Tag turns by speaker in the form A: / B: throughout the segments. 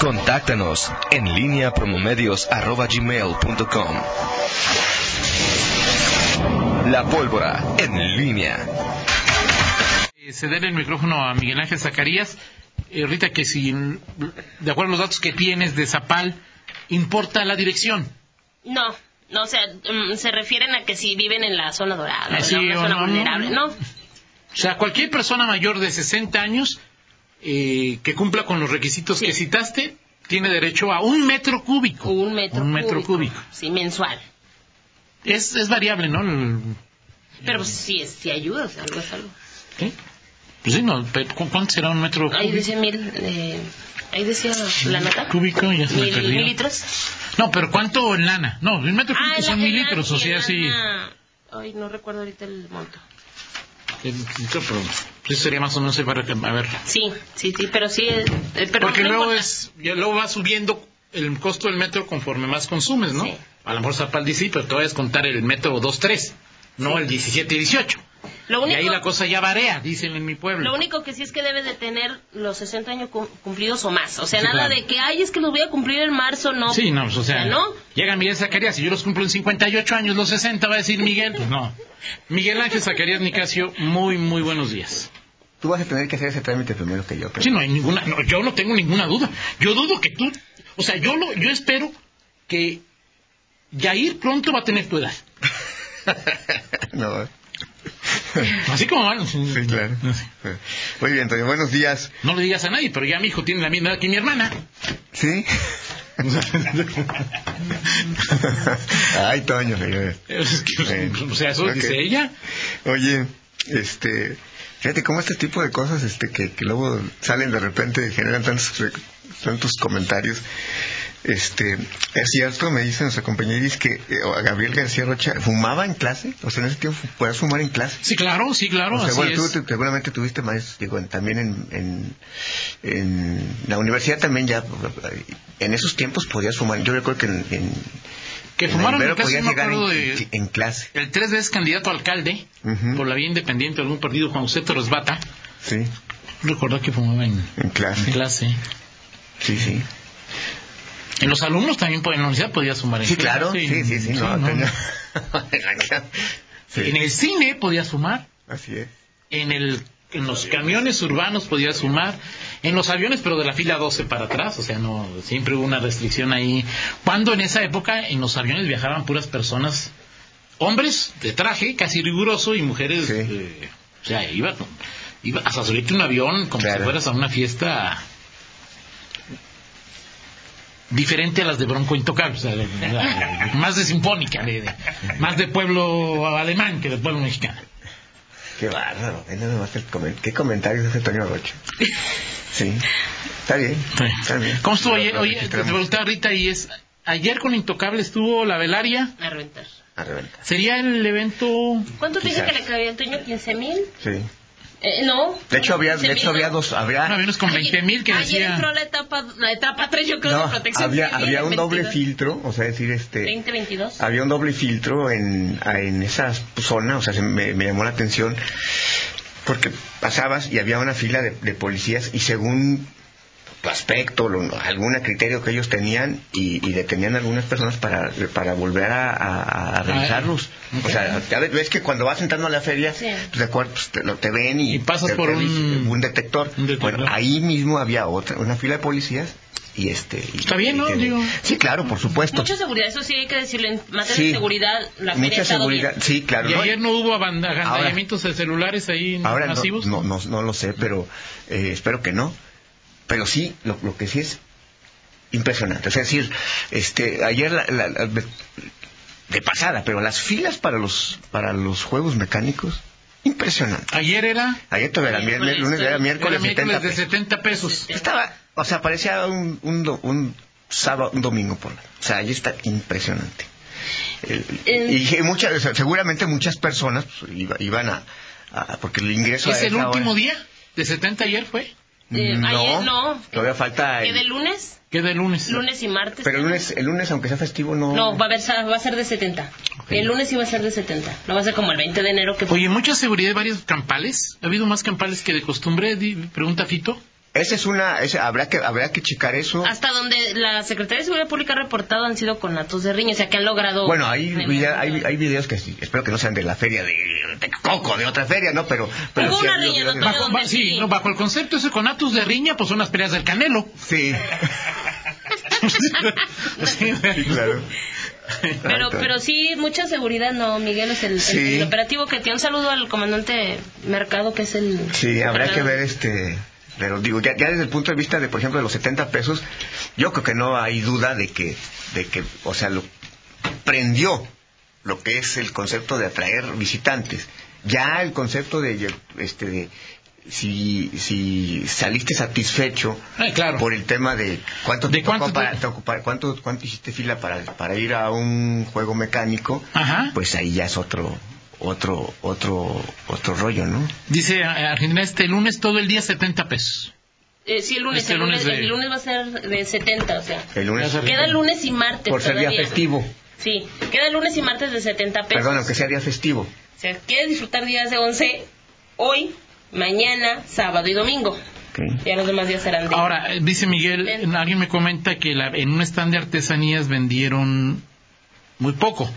A: Contáctanos en línea promomedios.com. La pólvora en línea.
B: Ceder Eh, el micrófono a Miguel Ángel Zacarías. Eh, Rita, que si, de acuerdo a los datos que tienes de Zapal, importa la dirección.
C: No, no, o sea, mm, se refieren a que si viven en la zona dorada,
B: Ah,
C: en
B: sí,
C: una
B: o
C: zona
B: no,
C: vulnerable.
B: no.
C: No,
B: O sea, cualquier persona mayor de 60 años eh, que cumpla con los requisitos que citaste tiene derecho a un metro cúbico.
C: un metro
B: Un metro cúbico.
C: Sí, mensual.
B: Es, es variable, ¿no? El-
C: Pero
B: Mm.
C: pues, sí, es- sí ayuda, o sea, algo es algo.
B: ¿qué? Pues sí, no, pero ¿cu- ¿cuánto será un metro
C: Ahí
B: cúbico?
C: decía mil, eh, ahí decía la nota.
B: Cúbico, ya se me
C: Mil,
B: perdió.
C: mil litros. Ah,
B: No, pero ¿cuánto en lana? No, un metro cúbico son
C: la-
B: mil
C: la-
B: litros, o
C: la-
B: sea, sí.
C: Ay, no recuerdo ahorita el monto.
B: El- el- pero, Eso sería más o menos ahí para que, a ver.
C: Sí, sí, sí, pero sí. eh, pero
B: Porque
C: no
B: luego
C: importa.
B: es, ya luego va subiendo el costo del metro conforme más consumes, ¿no?
C: Sí.
B: A lo mejor Zapal dice, sí, pero te vayas a contar el metro 2-3, no el 17 y 18.
C: Lo único,
B: Y ahí la cosa ya varía, dicen en mi pueblo.
C: lo único que sí es que debes de tener los 60 años cum- cumplidos o más. O sea,
B: Sí,
C: nada
B: claro.
C: de que, ay, es que los voy a cumplir en marzo, no.
B: Sí, no, pues, o sea,
C: ¿No?
B: llega Miguel Zacarías, si yo los cumplo en 58 años, los 60, va a decir Miguel, pues no. Miguel Ángel Zacarías Nicasio, muy, muy buenos días.
D: Tú vas a tener que hacer ese trámite primero que yo. creo.
B: Pues Sí, no hay ninguna, no, yo no tengo ninguna duda. Yo dudo que tú, o sea, yo lo, yo espero que Yair pronto va a tener tu edad.
D: No.
B: Así como van.
D: Sí, claro. Muy bien, Antonio. Buenos días.
B: No le digas a nadie, pero ya mi hijo tiene la misma edad que mi hermana.
D: ¿Sí? Ay, Toño, señores.
B: Es que, o sea, eso
D: Ok.
B: dice ella.
D: Oye, este, fíjate cómo este tipo de cosas este, que, que luego salen de repente y generan tantos, re- tantos comentarios. Este, es cierto, me dice nuestra compañera Iris, que eh, Gabriel García Rocha fumaba en clase. O sea, en ese tiempo fu- podías fumar en clase.
B: Sí, claro, sí, claro.
D: O sea,
B: así
D: bueno, tú
B: es.
D: te- seguramente tuviste más, digo, en- también en, en, en la universidad también ya, en esos tiempos podías fumar. Yo recuerdo que en, en,
B: que
D: en
B: fumaron en
D: Ibero
B: clase,
D: podías
B: no me
D: llegar
B: acuerdo
D: en,
B: de...
D: en clase.
B: El tres veces candidato a alcalde
D: Ujú.
B: por la vía independiente de algún partido, Juan José Torres Bata.
D: Sí,
B: Recordó que fumaba en,
D: en clase.
B: en clase.
D: Sí, sí.
B: En los alumnos también, pues, en la universidad podías fumar en
D: Sí,
B: clase.
D: claro. Sí, sí, sí. no,
B: ¿no?
D: tenía- en la clase. Sí,
B: En el cine podías fumar.
D: Así es.
B: en, el, en los camiones urbanos podías fumar, en los aviones, pero de la fila 12 para atrás, o sea, no siempre hubo una restricción ahí. Cuando en esa época en los aviones viajaban puras personas, hombres de traje casi riguroso y mujeres,
D: Sí.
B: eh, o sea, iba, con- iba hasta subirte a un avión como
D: Claro.
B: si fueras a una fiesta diferente a las de Bronco Intocable, o sea, de- de- de- más de sinfónica, de- de- más de pueblo alemán que de pueblo mexicano.
D: Qué bárbaro. Ve nada más el comen- ¿Qué comentarios hace Antonio Rocha? Sí. Está bien. Está bien.
B: ¿Cómo estuvo
D: Lo-
B: ayer?
D: lo
B: Oye, te
D: registramos.
B: preguntaba ahorita y es, ayer con Intocable estuvo la velaria,
C: A reventar.
D: A reventar.
B: sería el evento...
D: Ah.
C: ¿Cuánto te dije
D: Quizás.
C: que le cabía Antonio? ¿15 mil?
D: Sí.
C: Eh, no.
D: De hecho, había, de
C: 15,000,
D: hecho, había
C: ¿no?
D: dos. Había,
B: Bueno, aviones con 20 mil que
C: ayer entró
B: decía...
C: la etapa, la etapa 3, yo creo,
D: No,
C: de protección
D: había,
C: civil,
D: había un doble
C: 22,
D: filtro, o sea, decir, este,
C: 2022.
D: había un doble filtro en, en esa zona, o sea, se me, me llamó la atención porque pasabas y había una fila de, de policías y según tu aspecto, lo- algún criterio que ellos tenían y, y detenían a algunas personas para, para volver a, a, a revisarlos. O sea, ya ves, ves que cuando vas entrando a la feria,
C: Sí.
D: pues, de acuerdo, pues, te, lo- te ven y,
B: Y pasas
D: te-
B: por
D: te
B: un-
D: revisen, un detector.
B: un detector.
D: Bueno, ahí mismo había otra, una fila de policías y este... y-
B: Está bien,
D: y
B: ¿no?
D: que-
B: Digo-
D: Sí, claro, por supuesto.
C: Mucha seguridad, eso sí hay que decirlo. En materia
D: Sí.
C: de seguridad, la feria ha
D: Mucha
C: estado
D: seguridad,
C: bien.
D: sí, claro.
B: Y
D: ¿no?
B: ayer no hubo abanda- agandallamientos de celulares ahí
D: Ahora no,
B: masivos.
D: no, no, no lo sé, pero eh, espero que no. Pero sí, lo, lo que sí es impresionante. Es decir, este, ayer la- la- la- de, de pasada, pero las filas para los para los juegos mecánicos, impresionante.
B: Ayer era...
D: Ayer todavía era miércoles,
C: Miércoles,
D: lunes, era
C: era
D: miércoles,
B: era miércoles
D: 70
B: de
D: pesos.
B: 70 pesos.
D: Estaba, o sea, parecía un, un, do- un sábado, un domingo por la. O sea, ahí está impresionante. El-
C: Eh.
D: y muchas, o sea, seguramente muchas personas pues, iba- iban a, a- porque el ingreso a
B: ¿Es el
D: esa
B: último
D: hora-
B: día? ¿De 70 ayer fue?
C: Eh,
D: no,
C: ayer no.
D: Todavía falta.
C: Que
D: el-
C: de lunes,
B: Queda el lunes.
C: lunes y martes.
D: pero el lunes, el lunes, aunque sea festivo, no.
C: No, va a, haber, va a ser de 70. El lunes sí va a ser de 70. No va a ser como el 20 de enero que fue.
B: Oye, mucha seguridad, varios campales. ¿Ha habido más campales que de costumbre? Di- Pregunta Fito.
D: Esa es una, esa, habrá que habrá que checar eso.
C: Hasta donde la Secretaría de Seguridad Pública ha reportado han sido con datos de riño, o sea que han logrado.
D: Bueno, hay,
C: Me-
D: vida-
C: me-
D: hay, hay videos que sí, espero que no sean de la feria de, de Coco, de otra feria, no, pero. pero
C: Hubo
D: sí
C: una
D: ha habido
C: riña,
D: videos de-
C: doctor.
B: Bajo, ba- sí, no, bajo el concepto ese con atus de riña, pues son las peleas del canelo.
D: Sí,
B: Sí.
D: sí, claro.
C: Pero, pero sí, mucha seguridad, no, Miguel, es el, el-
D: Sí.
C: el operativo que tiene. Un saludo al comandante Mercado, que es el.
D: Sí, habrá que
C: encargado.
D: ver este. Pero digo, ya, ya desde el punto de vista de, por ejemplo, de los 70 pesos, yo creo que no hay duda de que, de que o sea, lo prendió lo que es el concepto de atraer visitantes. Ya el concepto de, este, de si, si saliste satisfecho
B: Ay, Ah, claro.
D: por el tema de cuánto te
B: ¿De
D: tocó
B: cuánto
D: para-
B: te-
D: te ocupar- cuánto, cuánto hiciste fila para, para ir a un juego mecánico,
B: Ajá.
D: pues ahí ya es otro, otro, otro, otro rollo, ¿no?
B: Dice eh, Argentina, este lunes todo el día 70 pesos.
C: Eh, sí, el lunes.
B: Este
C: el,
B: lunes
C: lunes
B: de-
C: el lunes va a ser de 70, o sea.
D: El lunes.
B: Ya se-
C: Queda lunes y martes.
D: Por ser día
C: todavía.
D: festivo.
C: Sí, queda lunes y martes de 70 pesos.
D: Perdón, aunque sea día festivo.
C: O sea, quieres disfrutar días de 11, hoy, mañana, sábado y domingo. Ya los demás días serán de.
B: Ahora, eh, dice Miguel,
C: Ven.
B: alguien me comenta que la- en un stand de artesanías vendieron muy poco.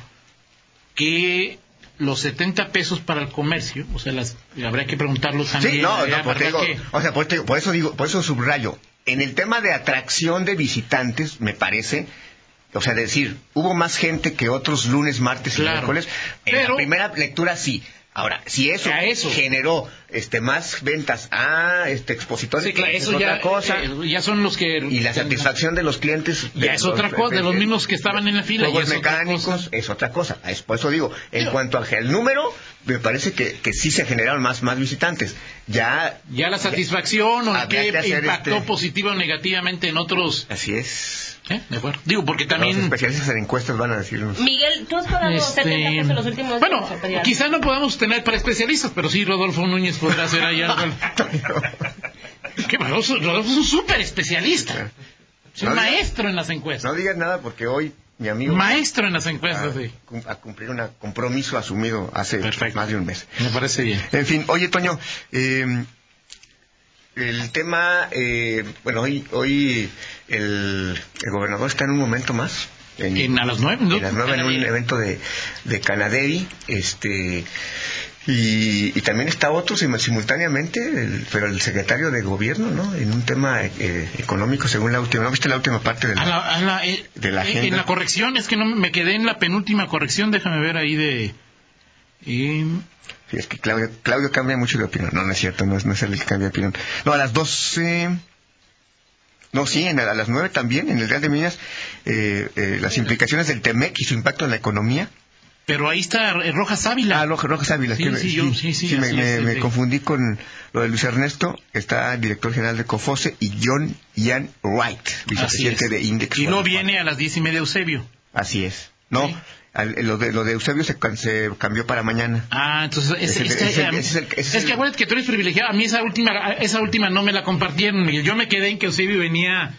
B: Que los 70 pesos para el comercio, o sea, las, habría que preguntarlo también.
D: Sí, no,
B: habría-
D: no, porque
B: habrá
D: digo,
B: que-
D: o sea, por, te digo- por eso digo, por eso subrayo. En el tema de atracción de visitantes, me parece, o sea, decir, hubo más gente que otros lunes, martes y
B: Claro.
D: miércoles. En
B: Pero-
D: la primera lectura sí. Ahora, si eso,
B: A eso.
D: generó este más ventas a este expositores,
B: Sí, claro,
D: es
B: eso
D: otra
B: ya,
D: cosa.
B: eh, ya son los que...
D: y la satisfacción de los clientes
B: Ya es otra cosa, de los mismos que estaban en la fila,
D: juegos
B: ya es otra
D: mecánicos
B: cosa.
D: es otra cosa es por eso digo en
B: Pero-
D: cuanto al el número me parece que, que sí se generaron más más visitantes ya
B: Ya la satisfacción o en
D: Habría
B: qué
D: que hacer
B: impactó
D: este-
B: positiva o negativamente en otros...
D: así es
B: ¿Eh? De acuerdo. Digo, porque
D: los
B: también...
D: especialistas en encuestas van a decirnos
C: Miguel, tú has pagado
B: Este,
C: 70 pesos los últimos
B: bueno,
C: días, pues Pedro?
B: quizá no podamos tener para especialistas, pero sí Rodolfo Núñez podrá hacer ahí algo. Que Rodolfo, Rodolfo es un súper especialista. Es un
D: No,
B: maestro en las encuestas.
D: no digas nada porque hoy mi amigo
B: Maestro en las
D: va
B: encuestas, sí.
D: a, cum- a cumplir un compromiso asumido hace
B: Perfecto.
D: más de un mes
B: Me parece bien.
D: En fin, oye Toño, eh, el tema, eh, bueno, hoy, hoy el, el gobernador está en un momento más.
B: En a las nueve, ¿no?
D: en las nueve, en un evento de, de Canaderi, este, y, y también está otro sim- simultáneamente, el- pero el secretario de gobierno, ¿no? En un tema eh, económico, según la última, ¿no viste la última parte de
B: A
D: la,
B: la- a la- eh,
D: Ah, De la
B: eh,
D: agenda.
B: en la corrección, es que no me quedé en la penúltima corrección, déjame ver ahí de... em,
D: Sí, es que Claudio, Claudio cambia mucho de opinión. No, no es cierto, no es, no es el que cambia de opinión. No, a las 12. No, sí, en- a las 9 también, en el Real de Minas, eh, eh, las implicaciones del TEMEC y su impacto en la economía.
B: pero ahí está eh, Rojas Ávila.
D: Ah, Rojas, Rojas Ávila.
B: Sí,
D: que me-
B: sí, yo- sí, sí,
D: me,
B: así es,
D: me-
B: sí,
D: me
B: sí.
D: confundí con lo de Luis Ernesto. Está el director general de COFOSE y John Ian Wright, vicepresidente
B: es.
D: de Index.
B: y no
D: World Fund.
B: viene a las diez y media Eusebio.
D: Así es. No,
B: Sí.
D: al- lo, de, lo de Eusebio se, can- se cambió para mañana.
B: Ah, entonces ese-
D: Ese-
B: ese-
D: ese-
B: a mí-
D: ese es el- ese es
B: es que
D: el-
B: acuérdate que tú eres privilegiado. A mí esa última, esa última no me la compartieron. Miguel. Yo me quedé en que Eusebio venía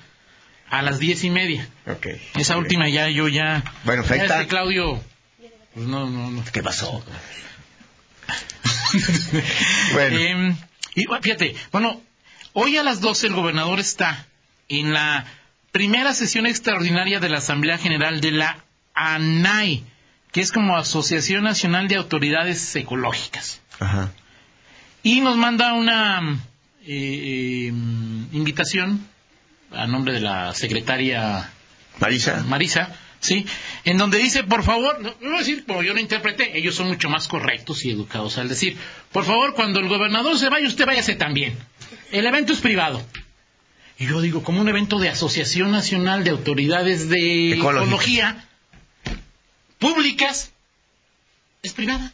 B: a las diez y media.
D: Ok.
B: Esa
D: Muy bien.
B: última ya yo ya.
D: Bueno, pues ahí
B: ya
D: está.
B: este Claudio. Pues no, no, no.
D: ¿Qué pasó? Bueno.
B: Em, y, bueno, fíjate, bueno, hoy a las 12 el gobernador está en la primera sesión extraordinaria de la Asamblea General de la ANAI, que es como Asociación Nacional de Autoridades Ecológicas.
D: Ajá.
B: Y nos manda una eh, eh, invitación a nombre de la secretaria
D: Marisa.
B: Marisa, ¿sí? En donde dice, por favor, no, no voy a decir como yo lo interpreté, ellos son mucho más correctos y educados al decir, por favor, cuando el gobernador se vaya, usted váyase también. El evento es privado. Y yo digo, como un evento de Asociación Nacional de Autoridades de
D: Ecológica.
B: Ecología públicas, es privada.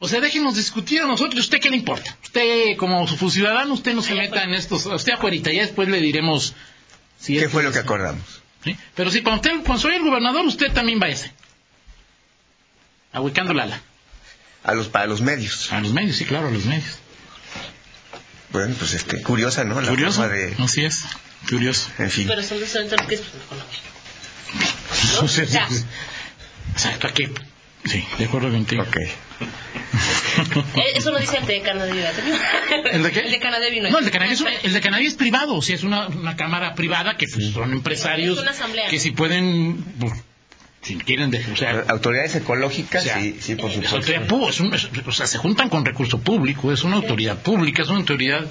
B: O sea, déjenos discutir a nosotros. ¿Usted qué le importa? Usted, como su ciudadano, usted no se meta en estos... Usted afuerita, ya después le diremos... Si
D: ¿Qué
B: esto
D: fue lo
B: es-
D: que acordamos?
B: ¿Sí? Pero si cuando, usted- cuando soy el gobernador, usted también váyase. Ahuicando Lala.
D: A los, para los medios.
B: A los medios, sí, claro, a los medios.
D: Bueno, pues este, curiosa, ¿no? La
B: Curioso.
D: forma de.
B: Así es. Curioso.
D: En fin.
C: Pero son dos eventos que es
B: O sea,
C: Ya.
B: Exacto, aquí. Sí, de acuerdo contigo.
D: Ok.
C: Eh, Eso lo dice el de Canadá.
B: ¿El de qué?
C: El de Canadá vino.
B: No, el de cannabis, es un- el de cannabis es privado, o sea, es una, una cámara privada que pues, son empresarios
C: Es una asamblea.
B: que si pueden, pues, si quieren, de- o sea,
D: Autoridades ecológicas,
B: O sea, eh,
D: sí, sí, por
B: es
D: supuesto.
B: autoridad pu- es un- es- o sea, se juntan con recurso público, es una autoridad pública, es una autoridad...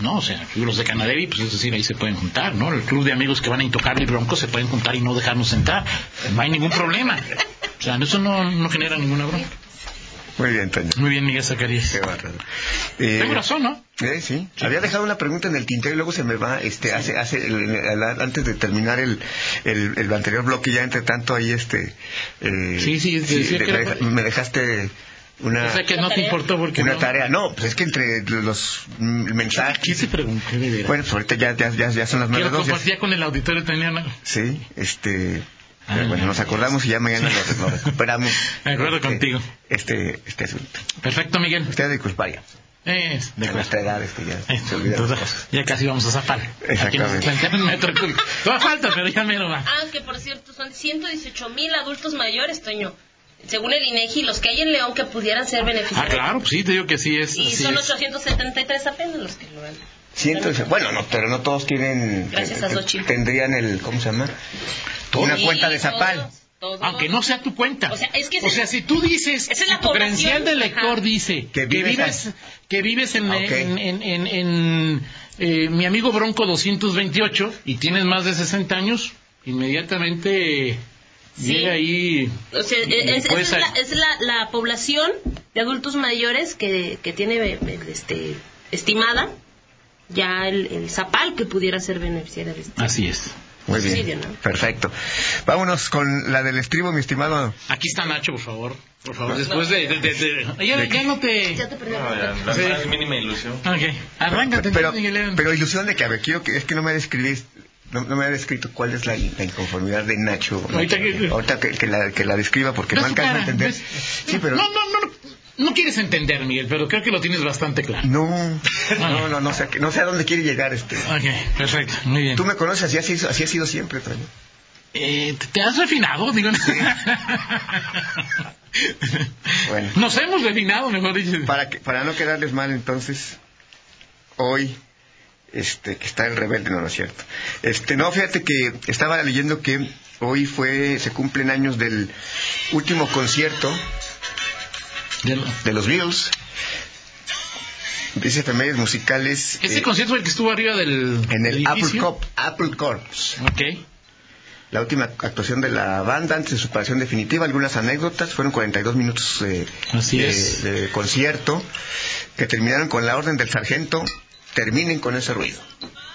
B: No, o sea, los de Canadevi, pues es decir, ahí se pueden juntar, ¿no? El club de amigos que van a Intocable y Bronco se pueden juntar y no dejarnos entrar. No hay ningún problema. O sea, eso no, no genera ninguna bronca.
D: Muy bien, Toño.
B: Muy bien, Miguel Zacarías.
D: Qué bárbaro. Eh,
B: Tengo razón, ¿no?
D: Eh, sí. Había dejado una pregunta en el tintero y luego se me va, este, hace, hace, el- el- el- antes de terminar el, el, el anterior bloque, ya entre tanto ahí, este, eh,
B: Sí, sí, decía que era-
D: me dejaste una,
B: O sea, que no te importó porque
D: Ah. una
B: no...
D: tarea. No, pues es que entre los mm,
B: ¿Qué
D: mensajes,
B: se pregunté de veras?
D: bueno, pues ahorita ya, ya, ya, ya son las
B: que
D: nueve
B: lo
D: dos. ya-
B: compartía con el auditorio tenía una...
D: Sí, este,
B: Ah,
D: pero bueno, nos acordamos y ya mañana lo, lo recuperamos.
B: De acuerdo
D: Este-
B: contigo.
D: Este, este asunto.
B: Perfecto, Miguel.
D: Usted de Cuspaya,
B: Es, de
D: de
B: acuerdo.
D: nuestra edad, este, ya se olvidan las
B: Entonces,
D: cosas.
B: ya casi vamos a zafar. Aquí nos
D: Exactamente.
B: plantean un metro cúbico. Todavía falta, pero ya mero va.
C: Ah, que por cierto, son 118 mil adultos mayores, Toño. Según el INEGI, los que hay en León que pudieran ser
B: Ah,
C: beneficiados.
B: claro, pues sí, te digo que sí es.
C: Y
B: sí
C: son
B: es.
C: 873 apenas los que lo han.
D: Ciento, bueno, no, pero no todos tienen. eh,
C: Gracias a Xochitl.
D: Tendrían el, ¿cómo se llama? Una
C: Sí,
D: cuenta de Zapal.
C: todos, todos.
B: Aunque no sea tu cuenta.
C: O sea, es que-
B: si tú dices,
C: Esa es
B: si
C: la
B: tu
C: población,
B: credencial de lector
C: ajá.
B: dice que
D: Que
B: vives,
D: vives
B: que vives, en,
D: Ah, ok.
B: en, en- en- en, eh, mi amigo Bronco 228 y tienes más de 60 años, inmediatamente
C: Sí.
B: llega ahí. pues,
C: O sea,
B: y-
C: es,
B: y
C: es-
B: puedes
C: es la, es la- la población de adultos mayores que, que tiene eh, eh, este, estimada ya el, el Zapal que pudiera ser beneficiario de este.
B: Así es.
D: Muy bien.
C: Suicidio, ¿no?
D: Perfecto. Vámonos con la del estribo, mi estimado.
B: Aquí está Nacho, por favor. Por favor, después de... de- de- de- ya, ya no te...
C: Ya te perdí.
E: No, ya, la
B: Sí.
E: más mínima ilusión.
B: Ok, arráncate,
D: pero,
B: Miguel León.
D: pero ilusión de que, a ver, quiero que, es que no me describís. No, no me ha descrito cuál es la, la inconformidad de Nacho.
B: Ahorita que-
D: Ahorita que, que la, que la describa porque
B: Ve
D: no
B: su
D: alcanzo a
B: cara,
D: entender.
B: ves-
D: Sí, pero.
B: No, no, no, no, no quieres entender, Miguel, pero creo que lo tienes bastante claro.
D: No, no, no, no sé, a qué- no sé a dónde quiere llegar este.
B: Ok, perfecto, muy Ah, bien.
D: Tú me conoces, así ha sido, así ha sido siempre, Toño.
B: Eh, ¿te- ¿Te has refinado? Digo,
D: Bueno.
B: Nos hemos refinado, mejor dicho.
D: Para, que, para no quedarles mal, entonces, hoy, este, que está el rebelde, no, no es cierto. Este, no, fíjate que estaba leyendo que hoy fue, se cumplen años del último concierto
B: Ya lo-
D: de los Beatles. Dice efemérides musicales.
B: Ese
D: eh,
B: concierto fue el que estuvo arriba del.
D: en el Apple,
B: edificio.
D: Corp, Apple Corps.
B: Ok.
D: La última actuación de la banda antes de su separación definitiva. Algunas anécdotas. Fueron 42 minutos eh,
B: Así
D: de,
B: es.
D: de concierto que terminaron con la orden del sargento. Terminen con ese ruido.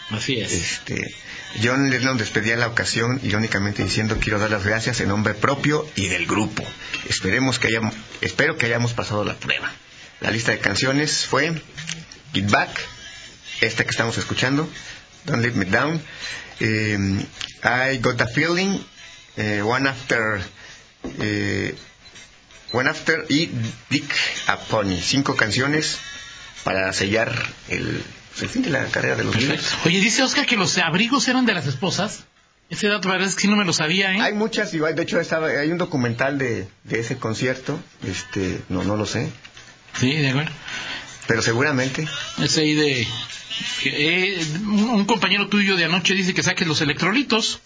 B: Así es.
D: Este, John Lennon despedía la ocasión, irónicamente diciendo quiero dar las gracias en nombre propio y del grupo. Esperemos que hayamos, espero que hayamos pasado la prueba. La lista de canciones fue Get Back, esta que estamos escuchando, Don't Let Me Down, eh, I Got a Feeling, eh, One After, eh, One After y Dick a Pony. Cinco canciones para sellar el, el fin de la carrera de los
B: Perfecto.
D: Beatles.
B: Oye, dice Oscar que los abrigos eran de las esposas. Ese dato, la verdad es que sí no me lo sabía, ¿eh?
D: Hay muchas, igual, de hecho estaba- hay un documental de, de ese concierto, este, no, no lo sé,
B: Sí, de acuerdo.
D: pero seguramente.
B: Es ahí de... que, eh, un un compañero tuyo de anoche dice que saques los electrolitos.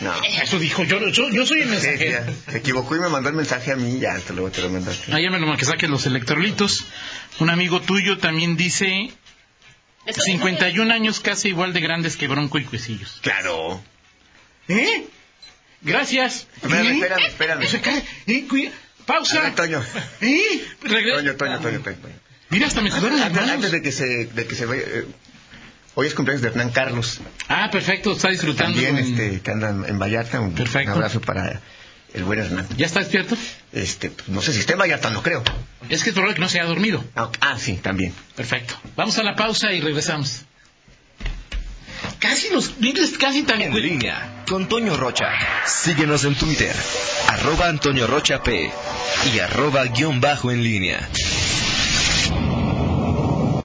D: No.
B: Eso dijo, yo, yo, yo soy el
D: Sí, sí,
B: mensajero.
D: ya. se equivocó y me mandó el mensaje a mí, ya, te lo, te lo mandaste.
B: Ahí me lo que saques los electrolitos. Un amigo tuyo también dice
C: Eso-
B: 51 años casi igual de grandes que Bronco y Cuisillos.
D: Claro.
B: ¿Eh? Gracias.
D: Espérame,
B: ¿Eh?
D: espérame, espérame.
B: Se cae. ¿Eh? Cuida-
D: A
B: Pausa.
D: ver, Toño.
B: ¿Eh? Regresa.
D: Toño, Toño, Toño, Toño, Toño.
B: Mira, hasta me sudaron las
D: Antes,
B: manos.
D: antes de que se, de que se vaya, eh, hoy es cumpleaños de Hernán Carlos,
B: Ah, perfecto, está disfrutando.
D: también
B: con-
D: este, que anda en Vallarta, un,
B: Perfecto.
D: un abrazo para el buen Hernán.
B: ¿Ya está despierto?
D: Este, no sé si está en Vallarta, no creo.
B: Es que es probable que no se haya dormido.
D: Ah, ok. ah, sí, también.
B: Perfecto. Vamos a la pausa y regresamos. Casi los Beatles, casi tan
A: En línea con Toño Rocha. Síguenos en Twitter, arroba Antonio Rocha P y arroba guión bajo en línea.